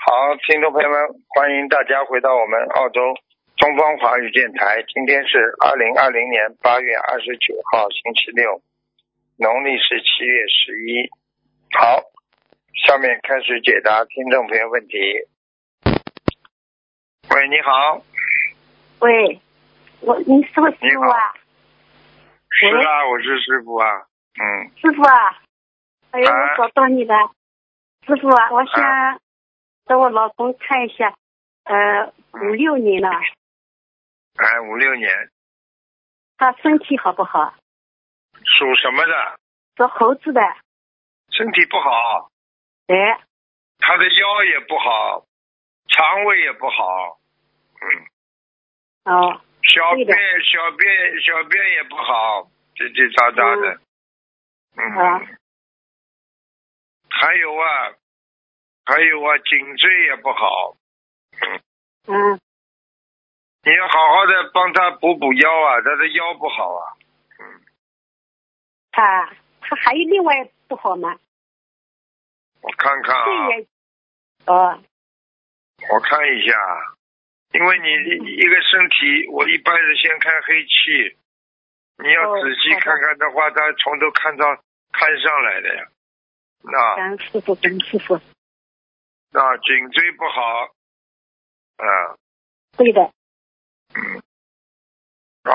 好，听众朋友们，欢迎大家回到我们澳洲东方华语电台。今天是二零二零年八月二十九号，星期六，农历是七月十一。好，下面开始解答听众朋友问题。喂，你好，喂，我你是不是师傅啊？是啊，我是师傅啊，嗯，师傅啊，哎呀，啊我找到你了，师傅啊，我想找我老公看一下，呃，五六年了，哎，五六年，他身体好不好？属什么的？属猴子的，身体不好，哎，他的腰也不好，肠胃也不好，嗯。哦，小对便的小便小便也不好，叽叽喳喳的。嗯。啊还有啊，还有啊，颈椎也不好。嗯，你要好好的帮他补补腰啊，他的腰不好啊。他他还有另外不好吗？我看看啊，这也，哦，我看一下啊，因为嗯你一个身体，我一般是先看黑气，你要哦仔细好的看看的话，他从头看到看上来的呀。那、感恩师傅，感恩师傅，啊，颈椎不好，啊，对的，嗯，哦，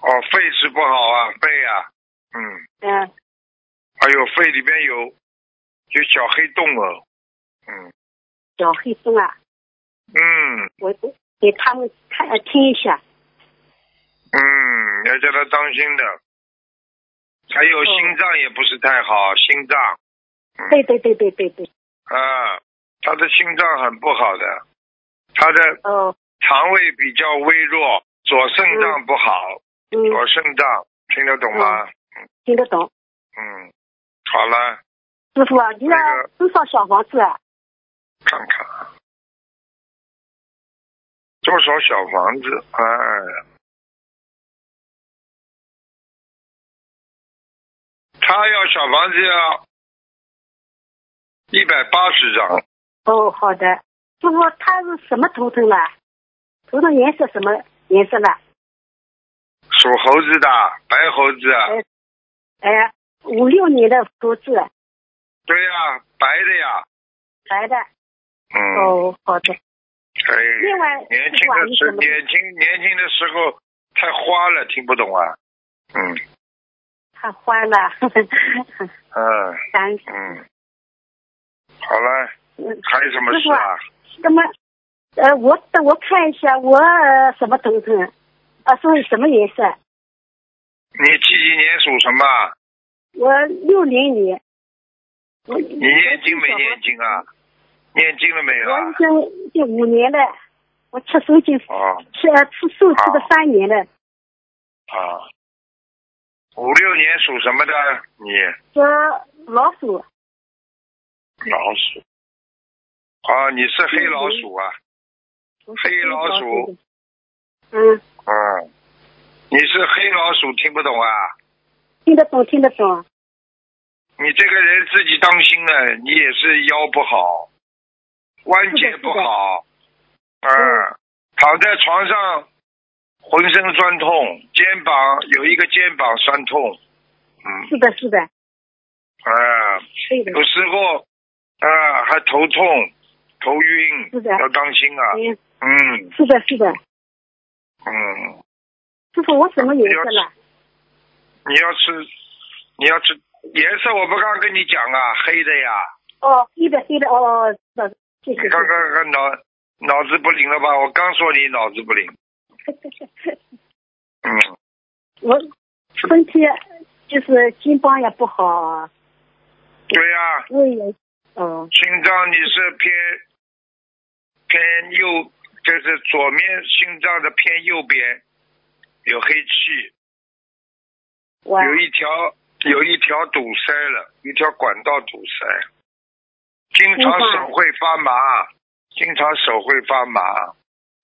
哦，肺是不好啊，肺啊，嗯，嗯，还有肺里边有有小黑洞哦，嗯小黑洞啊，嗯我都给他们看呃听一下，嗯，要叫他当心的。还有心脏也不是太好，心脏对对对对对对，啊，他的心脏很不好的，他的哦，肠胃比较微弱，左肾脏不好，嗯，左肾脏听得懂吗？听得懂。嗯，好了，师傅啊，你那要个多少小房子啊？看看啊多少小房子？哎，他要小房子要一百八十张，哦，好的。师傅，他是什么图腾啦？图腾颜色什么颜色啦？属猴子的，白猴子啊，哎哎，五六年的猴子，对呀、白的呀，白的。嗯，哦，好的。哎，另外，年师轻傅啊，的你时什么？年轻年轻的时候太花了，听不懂啊，嗯太欢 了，嗯感恩。嗯，好了。嗯还有什么事啊？那么，呃，我我看一下我呃什么图腾，啊，是什么颜色？你几几年属什么？我六零年。我你你念经没念经啊？念经了没有啊？我已经已经五年了，我吃素已经哦吃呃吃素吃了三年了，啊，五六年属什么的？你这老鼠老鼠。啊，你是黑老鼠啊？黑老鼠。嗯，嗯，你是黑老鼠，听不懂啊？听得懂，听得懂。你这个人自己当心啊，你也是腰不好，关节不好，嗯，躺在床上浑身酸痛，肩膀有一个肩膀酸痛，嗯，是的，是的，啊，对的。有时候啊还头痛、头晕是的，要当心啊，嗯，嗯是的，是的。嗯，师傅，我什么颜色了？你要吃，你要吃颜色，我不刚跟你讲啊，黑的呀，哦，黑的，黑的，哦，知道，谢谢你。看看看脑脑子不灵了吧？我刚说你脑子不灵。谢谢嗯， 我身体就是肩膀也不好，对呀、胃也，哦，心脏你是偏偏右，就是左面心脏的偏右边有黑气，哇，有一条有一条堵塞了，一条管道堵塞，经常明白手会发麻，经常手会发麻，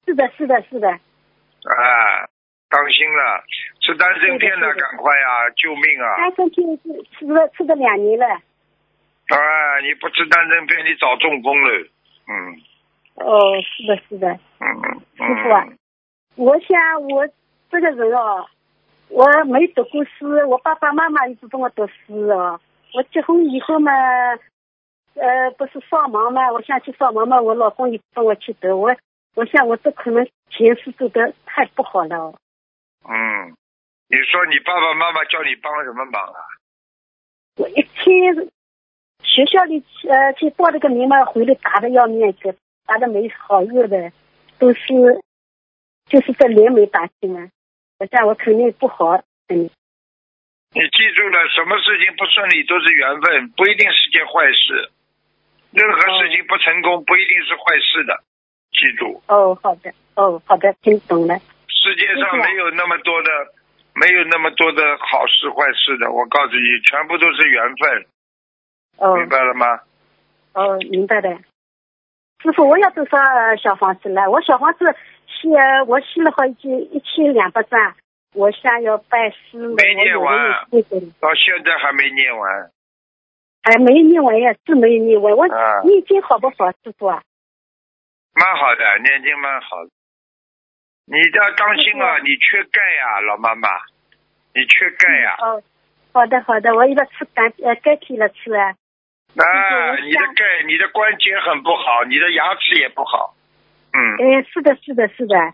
是的，是的，是的，啊，当心了，吃丹参片呢，对的对哎的赶快呀、救命啊！他身体是吃了吃了两年了。啊，你不吃丹参片，你早中风了。嗯，嗯哦，是的，是的，嗯嗯。师傅啊我想我这个人哦，我没读过书，我爸爸妈妈一直帮我读书哦。我结婚以后嘛，呃，不是扫盲嘛，我想去扫盲嘛，我老公也不帮我去读。我我想我这可能前世做的太不好了哦。嗯，你说你爸爸妈妈叫你帮什么忙啊？我一天学校里呃去报了个名嘛，回来打的要面子，打的没好日的，都是就是这脸没打进来。我想我肯定不好，嗯，你记住了，什么事情不顺利都是缘分，不一定是件坏事。任何事情不成功不一定是坏事的，记住。哦，好的，哦，好的，听懂了。世界上没有那么多的，没有那么多的好事坏事的。我告诉你，全部都是缘分，哦明白了吗？哦，明白的。师傅，我要多少呃小房子了？我小房子吸呃，我吸了好几一千两百张，我想要拜师了。没念完啊我有的有这个到现在还没念完，哎，没念完呀，是没念完。我啊念经好不好，师傅啊？蛮好的，念经蛮好的。你要当心啊，你缺钙呀、老妈妈，你缺钙啊呀、哦，好的好的，我一个吃干呃钙片了吃啊。啊，嗯你的钙，你的关节很不好，你的牙齿也不好。嗯，哎，是的是的是的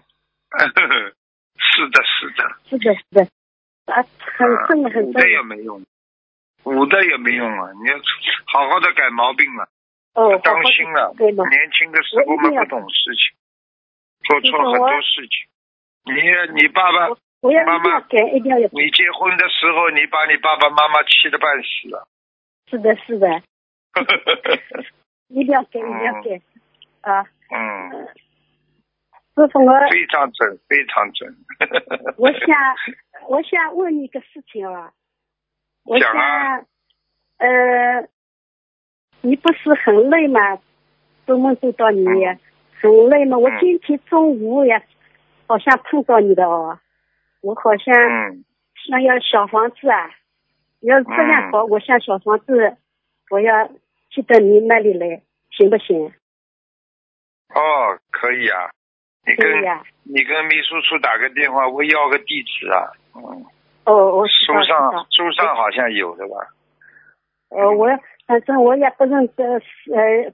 是的，是的，是的是的，啊，很重的很五重的也没用，五的也没用啊，你要好好的改毛病了。哦，好当好心了，对吗？年轻的时候嘛不懂事情，做错很多事情。你你爸爸我，我要一妈定妈要改，一定要有。你结婚的时候，你把你爸爸妈妈气得半死了。 是的是的，一定要哦改，一定要改。啊，嗯，师傅我。非常准，非常准。哎我想，我想问你个事情啊，我讲想，啊呃，你不是很累吗？做梦做到你、嗯很累吗？我嗯今天中午也好像碰到你的哦，我好像嗯，想要小房子啊，要质嗯量好，我想小房子，我要寄到你那里来，行不行？哦，可以啊。你跟对呀、你跟秘书处打个电话，我要个地址啊。嗯，哦，我知书道知道上。书上好像有的吧？呃，我反正我也不认得呃，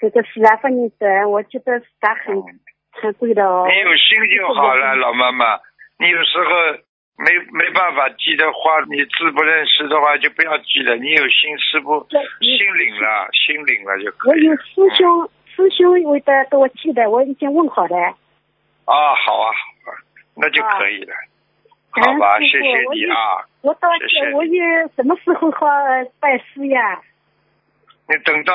这个斯拉夫尼的，我觉得他很嗯。很贵的哦。你有心就好了，老妈妈。你有时候没没办法记的话，你字不认识的话就不要记了。你有心，师傅这心领了，心领了就我可以有了。师哎兄，师兄为的给我寄的，我已经问好了。啊，好啊，好啊，那就可以了，啊感好恩吧？师谢傅谢你啊！我到谢谢我也什么时候好拜师呀？你等到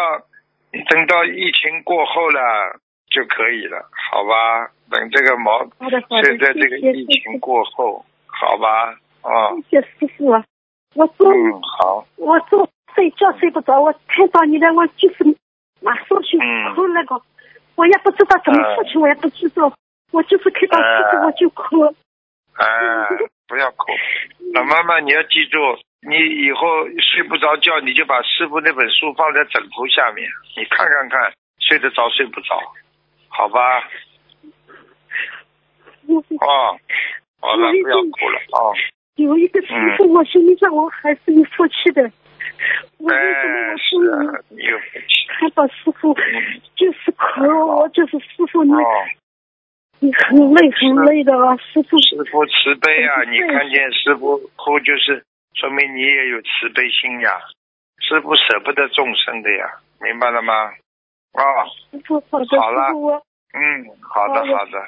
你等到疫情过后了就可以了，好吧？等这个毛好的好的，现在谢这个谢疫谢情过后，好吧？啊，谢谢师傅。我中嗯，好，我中睡觉睡不着，我看到你了，我就是马上去嗯呃哭那个，我也不知道怎么出去，我也不知道，我就是看到出去哎我就哭。哎，不要哭。老妈妈，你要记住，你以后睡不着觉，你就把师傅那本书放在枕头下面，你看看看，睡得着睡不着，好吧？啊哦，好了，不要哭了哦。有一个师傅，我心里想我还是有福气的。我为什么哎，我是终于啊，你有福气看到师傅就是哭，我就是师傅你哦。你很累很累的啊，师傅。师傅慈悲啊，嗯你看见师傅哭，就是说明你也有慈悲心呀。师傅舍不得众生的呀，明白了吗？哦，师傅好的，好了师傅啊我嗯，好哦的，好的。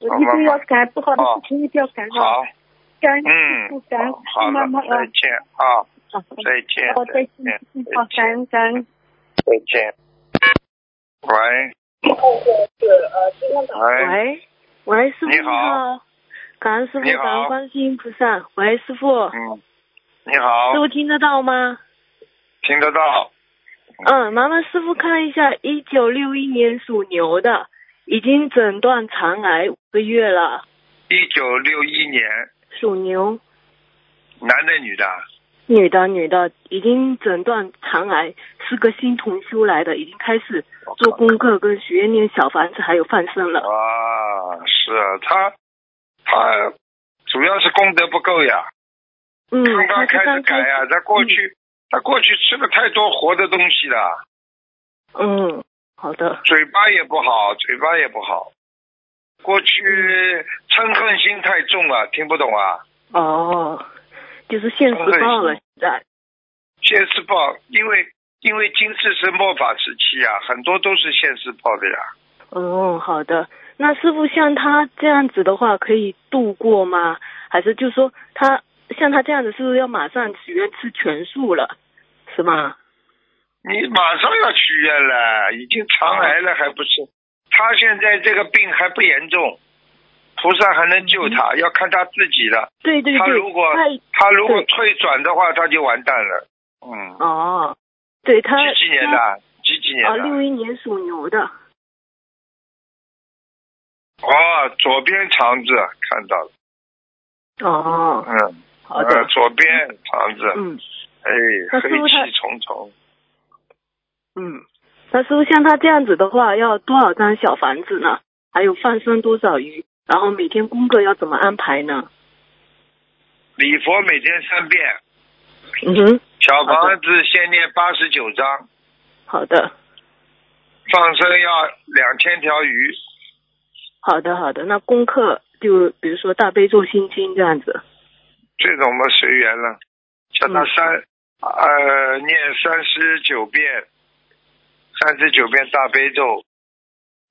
我一定要干不好的哦事情，一定要干好。好，感恩师嗯傅，感恩，好妈了妈，啊再见啊，好再见，好，再再见见，，好，感恩感恩。再见。喂，喂，喂，喂，师傅哎你好感恩师傅，你好感恩观世音菩萨。喂，师傅，师嗯，你好，傅听得到吗？听得到？嗯，麻烦师傅看一下，一九六一年属牛的，已经诊断肠癌五个月了，一九六一年，属牛，男的女的？女的，女的，已经诊断肠癌，是个新同修来的，已经开始做功课跟许愿念小房子还有放生 了。啊，是啊他，他主要是功德不够呀，嗯，刚刚他是开始刚改啊开始，呀、他过去、他过去吃了太多活的东西了，嗯，好的，嘴巴也不好，嘴巴也不好，过去嗔恨心太重了，听不懂啊。哦，就是现实报了，现在，现世报，因为因为今世是末法时期啊，很多都是现世报的呀。哦，好的。那师傅像他这样子的话，可以度过吗？还是就说他像他这样子，是不是要马上许愿吃全素了，是吗？你马上要许愿了，已经肠癌了还不是？他现在这个病还不严重，菩萨还能救嗯他，要看他自己了。对对对，他如果他他如果对退转的话，他就完蛋了。嗯，哦，对他几几年他的？几几年啊，的？六一年属牛的。哦，左边肠子看到了，哦，嗯，好呃，的，左边肠子，嗯哎，那黑师傅他气重重。嗯。那师傅像他这样子的话，要多少张小房子呢？还有放生多少鱼？然后每天功课要怎么安排呢？礼佛每天三遍，嗯哼，小房子先念八十九章，好的，放生要两千条鱼。好的，好的。那功课就比如说大悲咒心经这样子。这种嘛随缘了，叫他嗯三、呃念三十九遍，三十九遍大悲咒，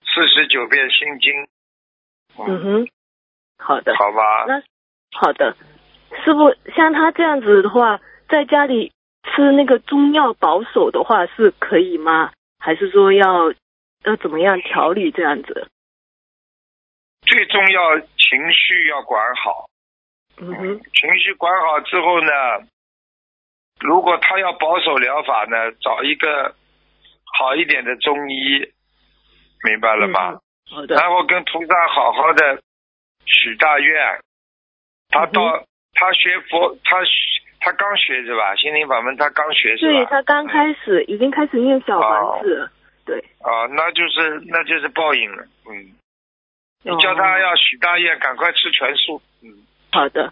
四十九遍心经，嗯嗯，哼，好的，好吧，那好的。师傅，像他这样子的话，在家里吃那个中药保守的话是可以吗？还是说要要怎么样调理这样子？最重要情绪要管好，嗯哼，情绪管好之后呢，如果他要保守疗法呢，找一个好一点的中医，明白了吧？嗯哼？好的，然后跟菩萨好好的许大愿。他到、嗯他学佛，他学他刚学是吧？心灵法门他刚学是吧？嗯对他刚开始已经开始念小房子了，对，啊，那就是那就是报应了。嗯，你叫他哦要许大愿，赶快吃全素。嗯，好的。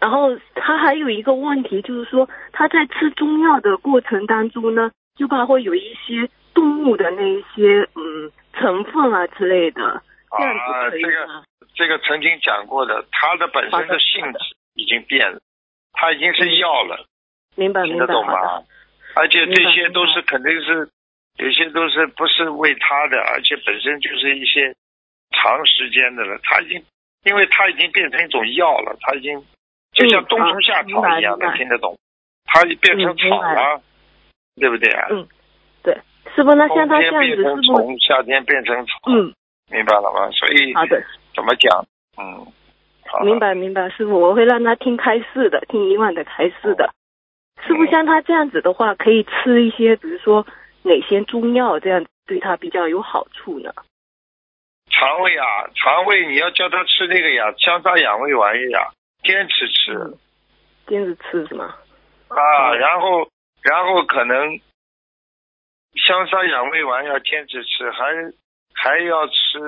然后他还有一个问题，就是说他在吃中药的过程当中呢，就怕会有一些动物的那一些嗯成分啊之类的，这样啊子可以这个吗？这个曾经讲过的，他的本身好的嗯性好的质已经变了，他已经是药了，明白听嗯明得白，懂好的。吗？而且明这白些明都白是肯定是，有些都是不是为他的，而且本身就是一些长时间的了。他已经，因为他已经变成一种药了，他已经就像冬虫夏嗯啊草一样嗯明的，白听得懂？他变成嗯明草白了，对不对啊？嗯对，师傅，那像冬他这天样变子，成师傅，虫，夏天变成草，嗯，明白了吗？所以好的，怎么讲？嗯，好了明。白明白，师傅，我会让他听开示的，听以往的开示的。师傅，嗯像他这样子的话，可以吃一些，比如说哪些中药，这样对他比较有好处呢？肠胃啊，肠胃你要叫他吃那个呀，香砂养胃丸呀，坚持吃。嗯，坚持吃是吗？啊，嗯然后然后可能香砂养胃丸要坚持吃，还还要吃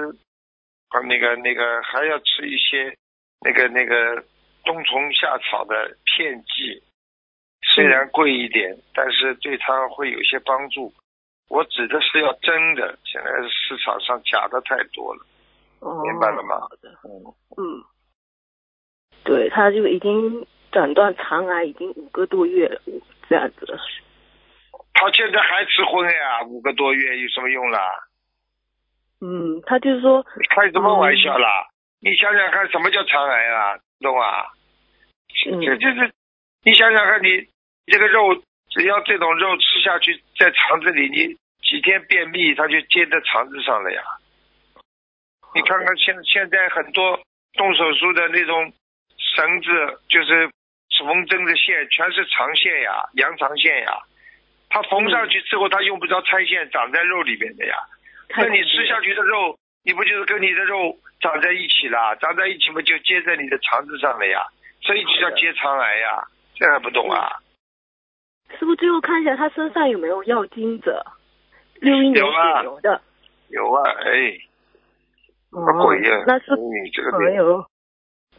啊那个那个还要吃一些那个那个冬虫夏草的片剂，虽然贵一点，但是对它会有些帮助。我指的是要真的，现在市场上假的太多了。哦，明白了吗好的，嗯，嗯，对，他就已经诊断肠癌已经五个多月了，这样子了。他现在还吃荤呀，五个多月有什么用啦？嗯，他就是说，你开什么玩笑啦？你想想看，什么叫肠癌啊？懂啊？嗯这这这，你想想看，你这个肉，只要这种肉吃下去，在肠子里，你几天便秘，它就接在肠子上了呀。你看看现现在很多动手术的那种绳子，就是缝针的线，全是肠线呀，羊肠线呀。它缝上去之后，它用不着拆线，长在肉里面的呀。太那你恐怖吃下了去的肉，你不就是跟你的肉长在一起了？长在一起嘛，就接在你的嗯肠子上了呀，所以就叫结肠癌呀，这还不懂啊？是不傅最后看一下他身上有没有药精者，六一年有啊属牛的。有啊，哎，哦个鬼啊呀、那是你嗯这个哎病，呦，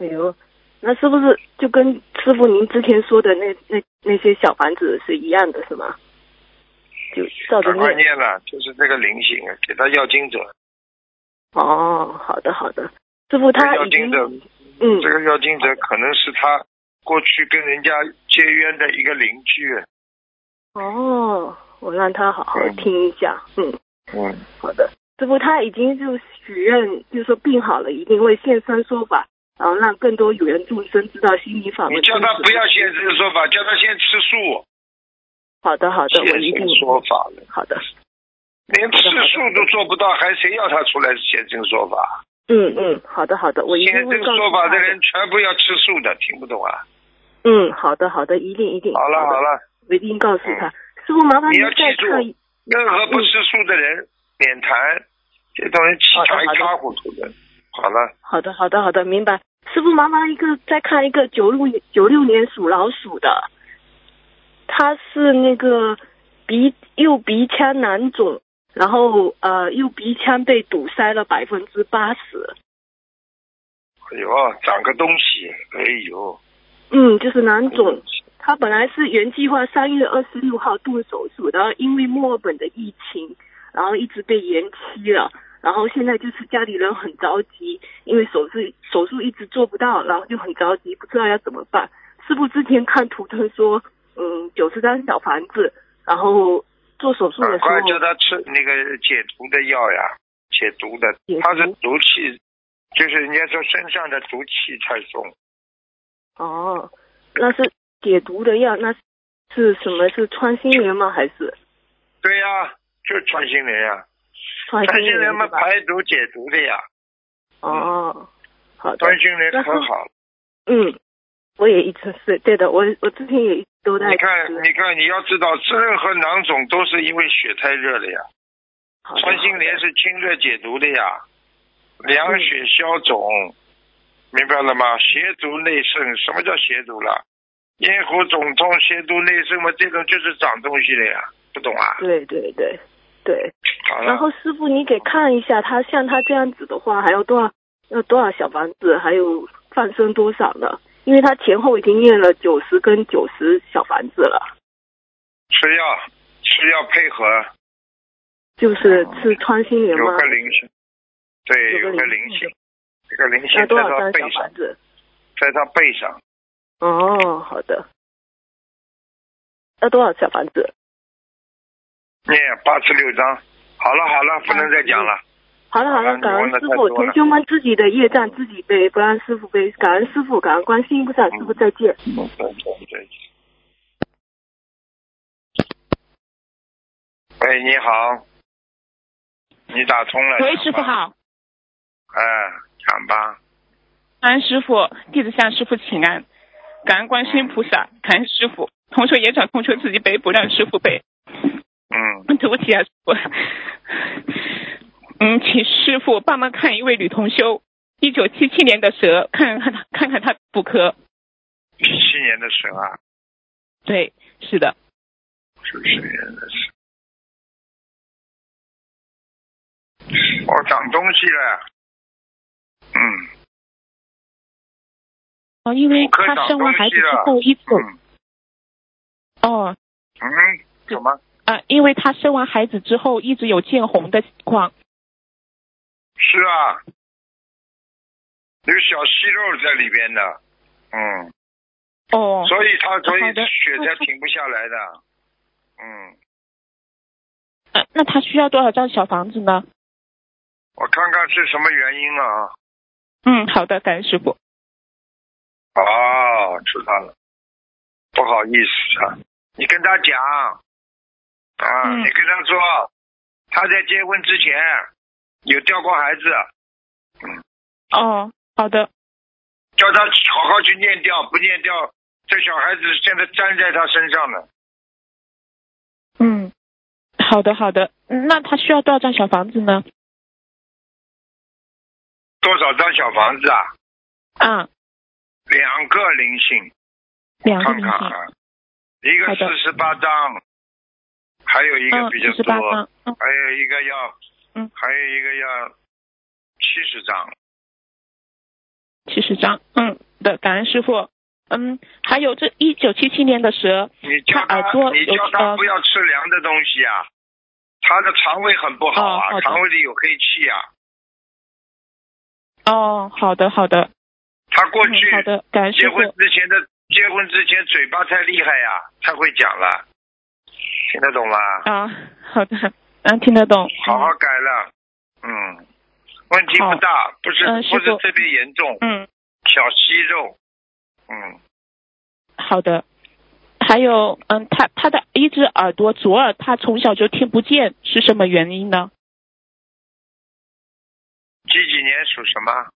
哎呦，那是不是就跟师傅您之前说的那那那些小房子是一样的，是吗？就照着赶快念。念了，就是这个灵性啊，给他要经者，哦，好的好的，师傅他要已经经者，嗯这个要经者可能是他过去跟人家结冤的一个邻居，哦，我让他好好听一下，嗯，嗯，好的。师傅他已经就许愿，就是说病好了一定会现身说法，然后让更多有缘众生知道心理法门。你叫他不要。现身说法，叫他先吃素，好的好的，我现一定身。说法了，好的，连吃素都做不到，还谁要他出来现身说法？嗯嗯，好的好的，我一现定会身告诉说法他的人全部要吃素的，听不懂啊？嗯，好的，嗯好的，一定一定。好了的好，了，我一定告诉他。师傅，麻烦你您要记再住看一。任何嗯不吃素的人，免谈，这种人气场一塌糊涂的。好了，好的，好的，好的，明白。师傅，麻烦一个再看一个九六九六年属老鼠的，他是那个鼻右鼻腔囊肿，然后呃右鼻腔被堵塞了百分之八十，哎呦，长个东西，哎呦，嗯，就是囊肿。他本来是原计划三月二十六号动手术，然后因为墨尔本的疫情，然后一直被延期了。然后现在就是家里人很着急，因为手术手术一直做不到，然后就很着急，不知道要怎么办。师傅之前看图腾说，嗯，九十张小房子，然后做手术赶的时快叫候，他吃那个解毒的药呀，解毒的解毒，他是毒气，就是人家说身上的毒气太重，哦，那是解毒的药，那是什么？是穿心莲吗？还是对呀、就穿心莲呀，穿穿心心莲莲嘛是吧？排毒解毒的呀，哦，好的。穿心莲很好。嗯，我也一直是对的，我我之前也一直都在你看吃，你看，你要知道，任何囊肿都是因为血太热了呀。好的穿心莲是清热解毒的呀，凉血消肿，明白了嗯吗？邪毒内盛，什么叫邪毒了？咽喉肿痛、邪毒内盛嘛，这种就是长东西的呀，不懂啊？对对对对。好然后了，师傅，你给看一下，他像他这样子的话，还有多少要多少小房子，还有放生多少呢？因为他前后已经念了九十跟九十小房子了，吃药，吃药配合，就是吃穿心莲哦有吗个？灵性，对，有有个个灵灵性性，这个灵性在要多少他张背小上房，子？在他背上，哦，好的。要多少小房子？念八十六章。好了好了，不能再讲了。好了好好了了，感恩你问得师太傅，多了同学们自己的业障自己背，不让师傅背。感恩师傅，感恩观世音菩萨，师傅再见。嗯，对对对。喂，哎你好，你打通了。喂，讲师傅吧。好，哎，讲吧。感恩师傅，弟子向师傅请安，感恩观世音菩萨，感恩师傅。同修也想同修自己背，不让师傅背。嗯，对不起啊，师傅。 嗯，请师傅帮忙看一位女同修，一九七七年的蛇，看看她，看看她妇科。七七年的蛇啊，对，是的，七七年的蛇。我长东西了。嗯哦，因为妇科她长生完东孩子西啊之了后一直有嗯哦嗯，怎么啊、因为她生完孩子之后一直有见红的情况。是啊？有小息肉在里边的。嗯。哦，所以他所以好的血才那他停不下来的。嗯，呃那她需要多少张小房子呢？我看看是什么原因啊？嗯，好的，感恩师傅。哦，知道了，不好意思啊，你跟他讲啊，嗯你跟他说，他在结婚之前有掉过孩子，哦，好的，叫他好好去念掉，不念掉，这小孩子现在粘在他身上呢。嗯，好的，好的。嗯那他需要多少张小房子呢？多少张小房子啊？啊，两个灵性，两个看明看星。啊，一个好的四十八张，还有一个嗯，比较四十八多，张，嗯，还有一个要，嗯，还有一个要七十张，七十张，嗯的，感恩师傅。嗯，还有这一九七七年的蛇，你叫他耳朵你有叫他呃不要吃凉的东西啊，他的肠胃很不好哦啊，好的肠胃里有黑气啊。哦，好的好的，他过嗯去，好的，感恩结师傅婚，之前的结婚之前嘴巴太厉害呀、太会讲了，听得懂吗？啊，好的， 嗯，听得懂，好啊好改了，嗯，问题不大，不是、嗯师不傅是特别严重，嗯，小息肉，嗯，好的。还有，嗯，他他的一只耳朵左耳，他从小就听不见，是什么原因呢？几几年属什么？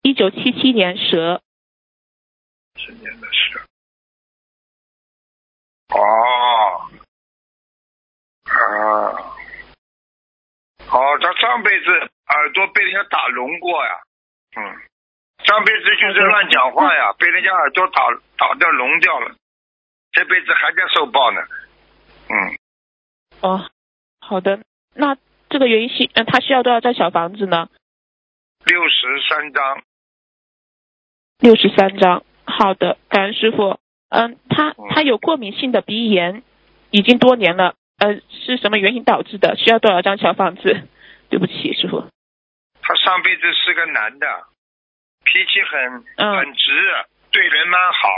一九七七年蛇，几年的事？哦，啊，哦，他上辈子耳朵被人家打聋过呀，嗯，上辈子就是乱讲话呀，被人家耳朵打打掉聋掉了，这辈子还在受报呢，嗯。哦，好的，那这个原因是，嗯，他需要多少张小房子呢？六十三张，六十三张。好的，感恩师傅。嗯，他嗯他有过敏性的鼻炎，已经多年了。呃，是什么原因导致的？需要多少张小房子？对不起，师傅。他上辈子是个男的，脾气很、嗯很直，对人蛮好，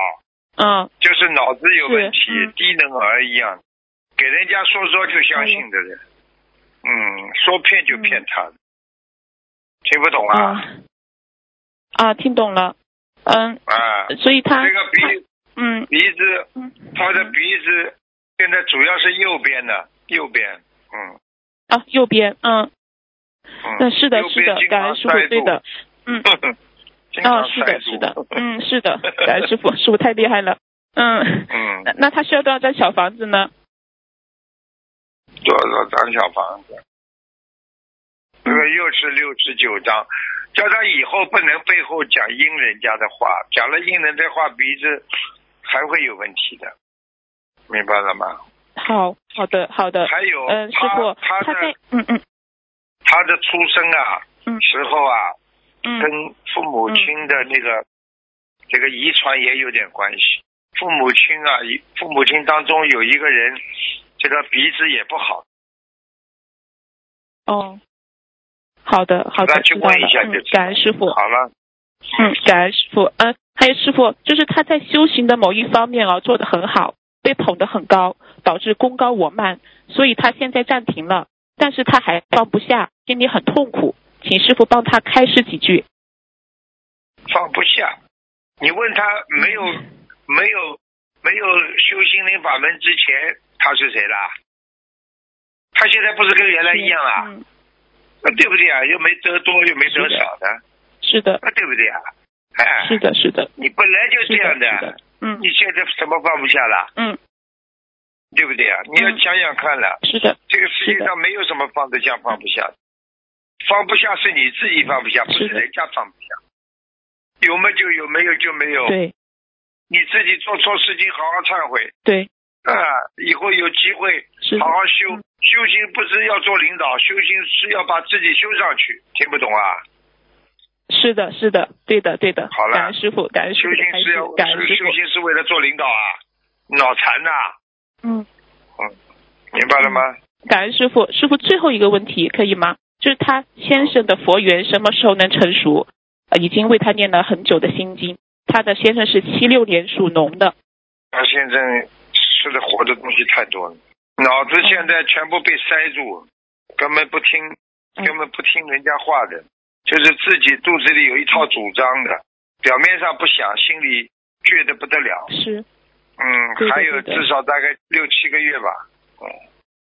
嗯，就是脑子有问题，是嗯低能儿一样，给人家说说就相信的哎人，嗯，说骗就骗他的，听不懂啊？啊啊，听懂了。嗯，啊，所以他这个他鼻嗯鼻子，嗯他的鼻子现在主要是右边的，右边，嗯啊右边嗯，那嗯，是的右是边的，经感常恩师傅塞对住 的，嗯。经啊，常是塞的，住是的，嗯，是的，感恩师傅，师傅太厉害了，嗯， 嗯那，那他需要多少张小房子呢？多少张小房子？这个又是六十九张，叫他以后不能背后讲阴人家的话，讲了阴人的话，鼻子还会有问题的，明白了吗？好，好的，好的，还有，嗯，师他傅，他他在的，嗯嗯他的出生啊，嗯时候啊，跟嗯，父母亲的那个、这个遗传也有点关系。父母亲啊，一父母亲当中有一个人，这个鼻子也不好，哦，好的，好的那，去哦知道问一了下，就嗯知，道感恩师傅，好了。嗯，感恩师傅，嗯，还有师傅，就是他在修行的某一方面啊，做得很好，被捧得很高，导致功高我慢，所以他现在暂停了，但是他还放不下，心里很痛苦，请师傅帮他开示几句。放不下。你问他嗯没有没有没有修心灵法门之前他是谁啦？他现在不是跟原来一样啊？嗯，那对不对啊？又没得多又没得是的少的，是的，那对不对啊？哎，是的，是的，你本来就是这样啊的，是的，嗯你现在怎么放不下了？嗯，对不对啊？你要嗯想想看了，是的，这个世界是的上没有什么放得下放不下的，放不下是你自己放不下，不是是的人家放不下。有没就有，没有就没有。对你自己做错事情，好好忏悔对，啊！以后有机会是的好，啊好修嗯修行，不是要做领导，修行是要把自己修上去。听不懂啊？是的，是的，对的，对的。好了感恩师傅，感恩师修傅的行开是要示，感恩是师修傅。行是为了做领导啊？脑残呐、嗯，明白了吗？感恩师傅。师傅最后一个问题可以吗？就是他先生的佛缘什么时候能成熟？呃已经为他念了很久的心经。他的先生是七六年属龙的。他现在吃的活的东西太多了，脑子现在全部被塞住，根本不听，嗯根本不听人家话的，就是自己肚子里有一套主张的，表面上不想，心里倔得不得了。是嗯，对的还有对的至少大概六七个月吧。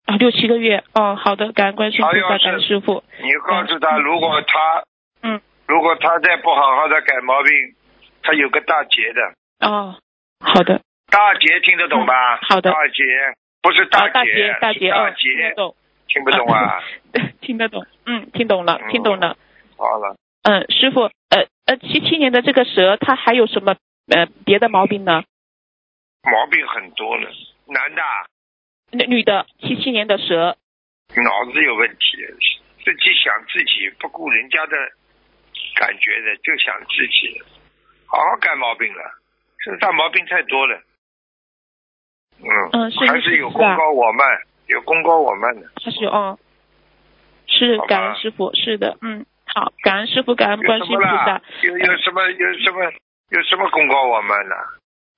啊，六七个月。哦，好的，感恩观世音菩哎萨，呦感恩师傅。你告诉他，嗯如果他，嗯，如果他再不好好的改毛病，他有个大劫的。哦，好的，大劫听得懂吧？嗯好的大劫不是啊，大劫姐，，大是姐，大哦，劫听听不得懂，懂 啊？听得懂，嗯，听懂哦了，听懂了。好了，嗯，师呃傅，呃呃，七七年的这个蛇，它还有什么呃别的毛病呢？毛病很多了。男的啊女女的，七七年的蛇，脑子有问题，自己想自己，不顾人家的感觉的，就想自己，好好改毛病了。这大毛病太多了。嗯，嗯是还是是有是功吧高我慢，有功高我慢的。她是哦，是好吧感恩师傅，是的，嗯，好，感恩师傅，感恩有观什世音么菩啦萨，？有有什么有什么有什么功高我慢呢？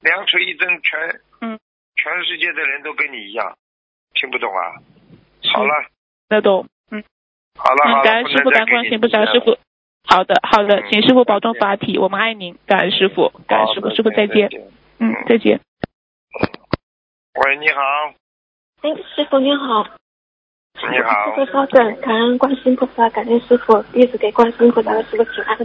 两腿一蹬，全嗯全世界的人都跟你一样，听不懂啊？好了那懂，嗯，好了好嗯，了感，恩不师能傅，再感恩给观你世音菩萨，提师了傅，好的，好的嗯，请师傅保重再见法体，我们爱您，感恩师傅，感恩好师傅，师傅再见，。嗯嗯，再见。喂，你好，哎，师傅您好，你好，师傅稍等，感恩观世音菩萨，感恩师傅，弟子给观世音菩萨和师傅请安，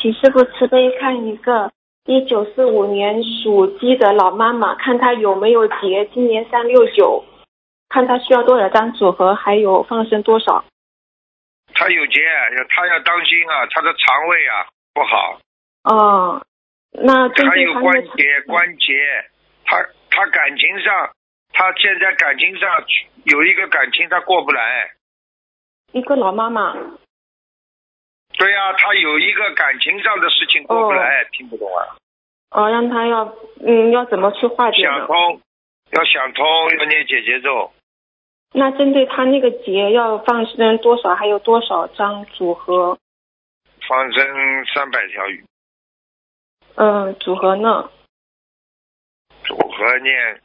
请师傅慈悲看一个一九四五年属鸡的老妈妈，看她有没有结，今年三六九，看她需要多少张组合，还有放生多少。他有结，他要当心啊，他的肠胃啊不好，哦，那针还对有她关的节关节，他他感情上，他现在感情上有一个感情他过不来，一个老妈妈，对呀、他有一个感情上的事情过不来，听不懂啊，哦，让她要嗯要怎么去化解想呢？通，要想通，要念姐姐咒，那针对她那个结要放生多少，还有多少张组合？放生三百条鱼，嗯，组合呢？组合念，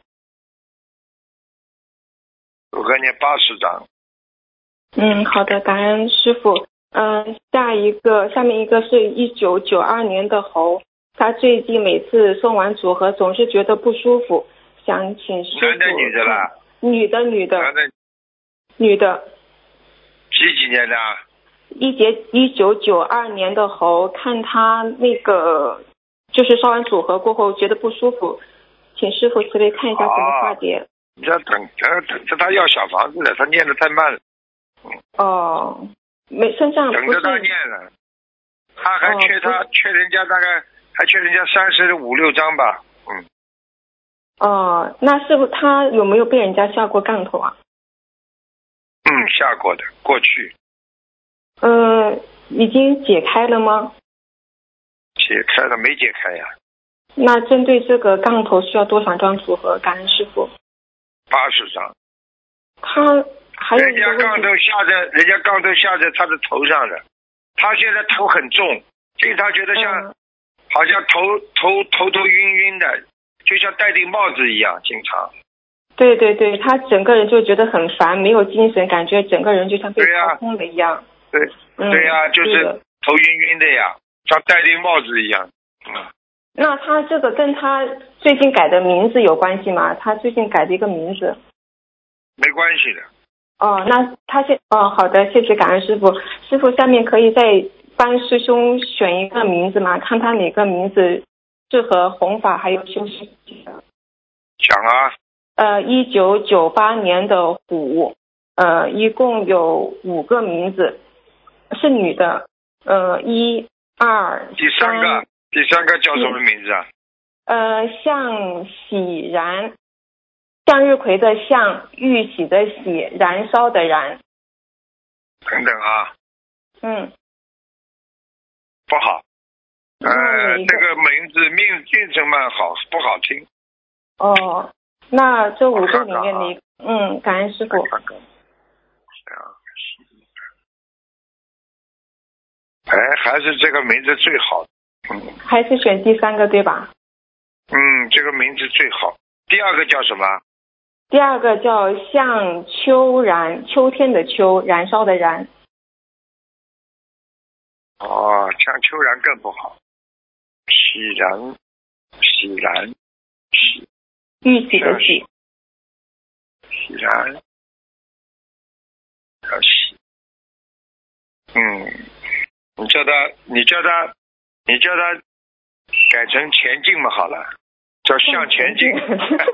组合念八十章，嗯，好的，感恩师傅。嗯，下一个，下面一个是一九九二年的猴，他最近每次送完组合总是觉得不舒服，想请师傅。男的女的啦？？女的，女男的，的女的。几几年的啊？一节一九九二年的猴，看他那个就是烧完组合过后觉得不舒服，请师傅慈悲看一下怎么化解。你要等他等着他要小房子了，他念的太慢了，哦，没身上等嗯不着是他念了，他还缺他、哦不缺人家大概还缺人家三十五六张吧，嗯，哦，那师傅他有没有被人家下过杠头啊？嗯，下过的，过去嗯，已经解开了吗？解开了没解开呀、那针对这个杠头需要多少张组合？感恩师傅。八十张，他还有人一家个杠问题头，下在人家杠头下在他的头上的，他现在头很重，经常觉得像、嗯好像头头头头晕晕的，就像戴顶帽子一样，经常。对对对，他整个人就觉得很烦，没有精神，感觉整个人就像被对呀掏空了一样。对嗯对呀、就对是的头晕晕的呀，像戴顶帽子一样。嗯，那他这个跟他最近改的名字有关系吗？他最近改的一个名字。没关系的。哦，那他现哦，好的，谢谢感恩师傅。师傅，下面可以再帮师兄选一个名字吗？看他哪个名字适合弘法还有修行的。讲啊，呃，一九九八年的虎，呃，一共有五个名字，是女的，呃，一、二、第三嗯个，第三个叫什么名字啊？呃，向喜燃，向日葵的向，玉玺的玺，燃烧的燃，等等啊，嗯，不好。那呃，哪一这个个名字命运程蛮好，不好听。哦，那这五个里面我看看啊的一个，嗯，感恩师傅，看看。啊哎，还是这个名字最好。嗯还是选第三个对吧？嗯，这个名字最好。第二个叫什么？啊第二个叫向秋燃，秋天的秋，燃烧的燃，哦，像秋然更不好。喜然，喜然，喜玉玺的是玺。喜然，要喜，嗯，你叫他，你叫他，你叫他改成前进嘛，好了，叫向前进。向前进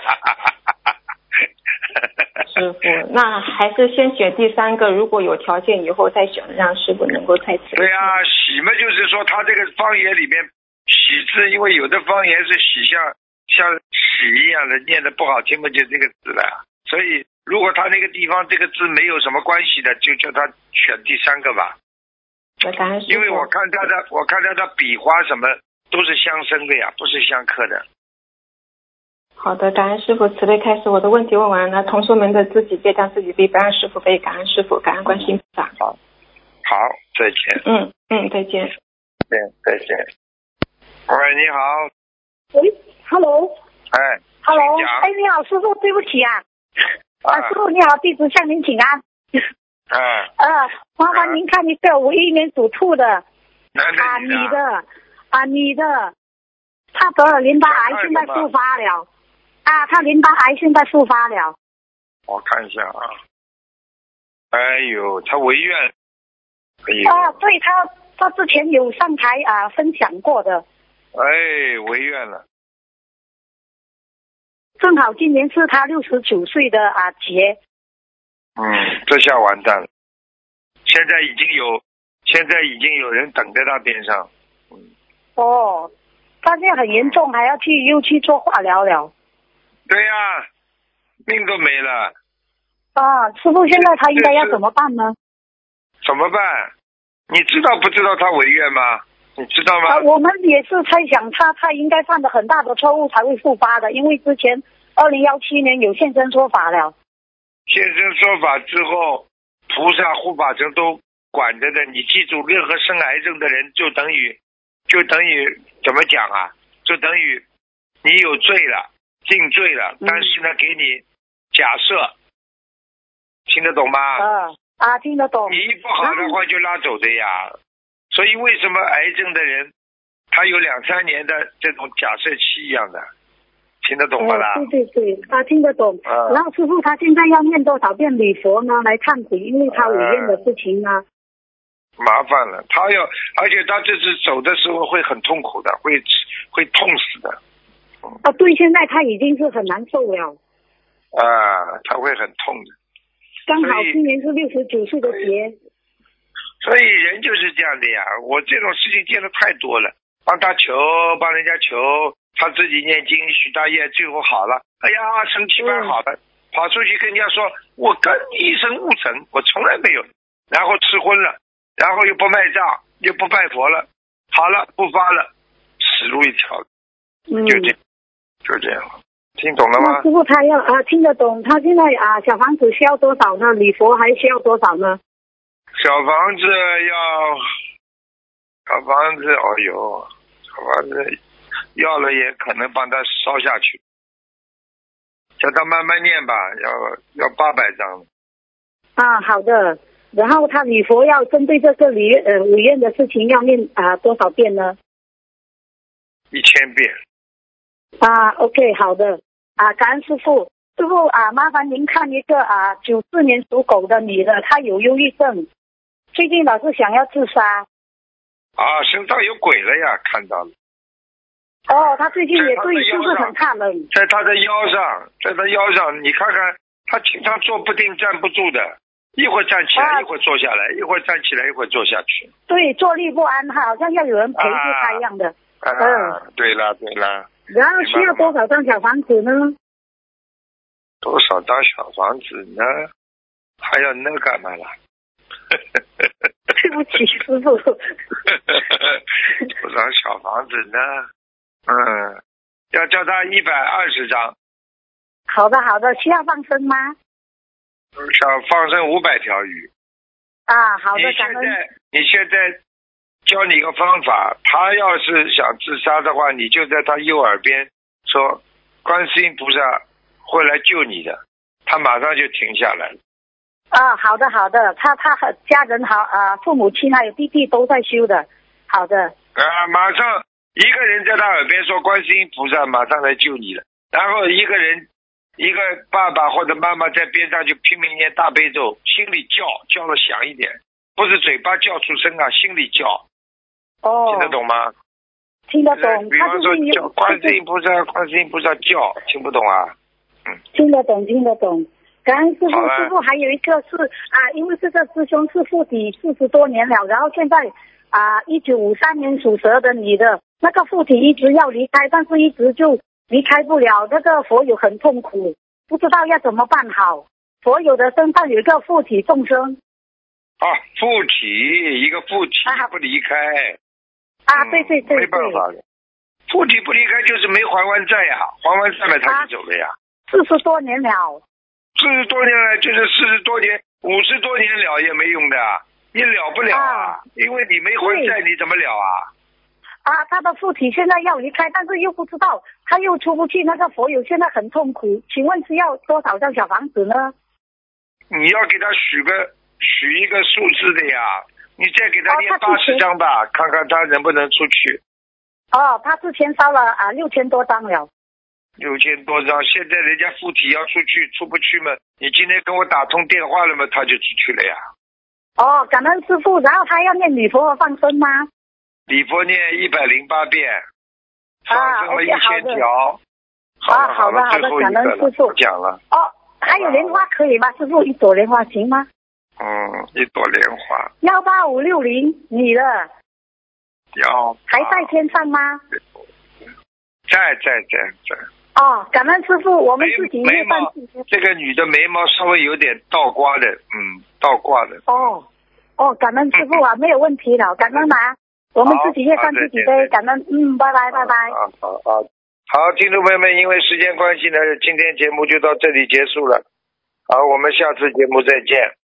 师傅，那还是先选第三个，如果有条件以后再选，让师傅能够再次。对呀、喜嘛，就是说他这个方言里面喜字，因为有的方言是喜向像洗一样的，念的不好听不就这个字了。所以，如果他那个地方这个字没有什么关系的，就叫他选第三个吧。我感恩师傅。因为我看他的，我看他的笔画什么都是相生的呀，不是相克的。好的，感恩师傅慈悲开始。我的问题问完了，同学们的自己背，让自己背，不让师傅背。感恩师傅，感恩观世音菩萨。好，再见，嗯嗯，再见。再见，再见。喂，你好，喂，Hello。哎， Hello，请讲哎，你好，师傅，对不 起啊，啊，师啊，傅你好，弟子向您请安。哎，呃，麻烦您看一个五一年属兔的男啊，的女女的，的啊，女的，她得了淋巴想癌，看现在什么复发了。啊，她淋巴癌现在复发了。我看一下啊。哎呦，他违愿，哎呦，啊，对她，她之前有上台啊分享过的，哎，违愿了，正好今年是她六十九岁的啊节。嗯，这下完蛋了。现在已经有，现在已经有人等在他边上，哦，她现在很严重，还要去又去做化疗了。对呀、命都没了，啊，师傅，现在她应该要怎么办呢？怎么办？你知道不知道他违愿吗？你知道啊，吗？我们也是猜想他他应该犯了很大的错误才会复发的，因为之前二零幺七年有现身说法了。现身说法之后，菩萨护法神都管着的。你记住，任何生癌症的人，就等于，就等于怎么讲啊？就等于你有罪了，定罪了，嗯但是呢，给你假设，听得懂吗？啊啊，听得懂你一不好的话就拉走的呀。所以为什么癌症的人，他有两三年的这种假设期一样的，听得懂吧啦？哎对对对，他听得懂。啊然后师傅他现在要念多少遍礼佛呢？来忏悔，因为他五愿的事情啊呢。麻烦了，他要，而且他这次走的时候会很痛苦的，会会痛死的啊，对，现在他已经是很难受了，啊，他会很痛的。刚好所以今年是六十九岁的节。所以人就是这样的呀，我这种事情见的太多了，帮他求，帮人家求，他自己念经许大愿，最后好了，哎呀，生气蛮好了，跑出去跟人家说，我跟医生误诊，我从来没有，然后吃荤了，然后又不卖账，又不拜佛了，好了，不发了，死路一条，嗯，就这，就这样，听懂了那吗师？傅他要啊听得懂，他现在啊小房子需要多少呢？礼佛还需要多少呢？小房子要，小房子，哦呦，小房子要了也可能帮他烧下去，叫他慢慢念吧，要要八百张，啊，好的。然后他礼佛要针对这个礼呃五愿的事情要念啊、多少遍呢？一千遍。啊，OK，好的。啊，感恩师傅，师傅啊，麻烦您看一个啊九四年属狗的女的，她有忧郁症，最近老是想要自杀。啊，身上有鬼了呀，看到了，哦，她最近也她的对，就腰是上很怕冷。在他的腰上，在他腰上，你看看，他经常坐不定、站不住的，一会儿站起来，啊一会儿坐下来，一会儿站起来，一会儿坐下去。对，坐立不安，她好像要有人陪着她一样的。啊，嗯对了对了，然后需要多少张小房子呢？多少张小房子呢？还要那干嘛啦？ 对不起，师傅。多少小房子呢？嗯，要叫他一百二十张，好的，好的，需要放生吗？想放生五百条鱼。啊，好你的，感现恩。在你现在教你一个方法，他要是想自杀的话，你就在他右耳边说：“观世音菩萨会来救你的。”他马上就停下来了。啊，好的好的，他他和家人好啊，父母亲还有弟弟都在修的。好的，啊，马上一个人在他耳边说观世音菩萨马上来救你了，然后一个人一个爸爸或者妈妈在边上就拼命念大悲咒，心里叫叫的响一点，不是嘴巴叫出声啊，心里叫，哦，听得，懂吗？听得就是懂，比他方就是说叫有观世音菩萨，观世音菩萨叫，听不懂啊？听得懂，听得懂。感恩师傅，好了啊师傅还有一个是啊，因为这个师兄是父体四十多年了，然后现在啊，一九五三年属蛇的女的，那个父体一直要离开，但是一直就离开不了这个佛友，很痛苦，不知道要怎么办好。佛友的身上有一个附体众生啊，附体一个附体啊不离开，啊，嗯对对对没办对，法的，附体不离开就是没还完债呀、还完债了他啊就走了呀。四十多年了，四十多年来就是四十多年、五十多年了也没用的，你了不了啊？啊因为你没还债，你怎么了啊？啊，他的附体现在要离开，但是又不知道，他又出不去，那个佛友现在很痛苦。请问是要多少张小房子呢？你要给他许个许一个数字的呀，你再给他哦念他八之十前张吧，看看他能不能出去。哦，他之前烧了啊六千多张了，六千多张，现在人家附体要出去，出不去嘛？你今天跟我打通电话了嘛？他就出去了呀。哦，感恩师傅，然后他要念女佛和放生吗？李波念一百零八遍，放啊生了一 OK，好千的条。啊了好的了，好的最后一感个恩了，师父不讲了。哦，还有莲花可以吗？师傅，一朵莲花行吗？嗯，一朵莲花，幺八五六零，女的要还在天上吗？哦在在在在，哦，感恩师傅，我们自己眉业毛障自己这个女的眉毛稍微有点倒刮的，嗯，倒挂的。哦哦，感恩师傅啊，没有问题了，感恩啊，我们自己业障自己好好再背，见感恩，嗯，拜拜拜拜。啊好啊，好，听众朋友们，因为时间关系呢，今天节目就到这里结束了。好，我们下次节目再见。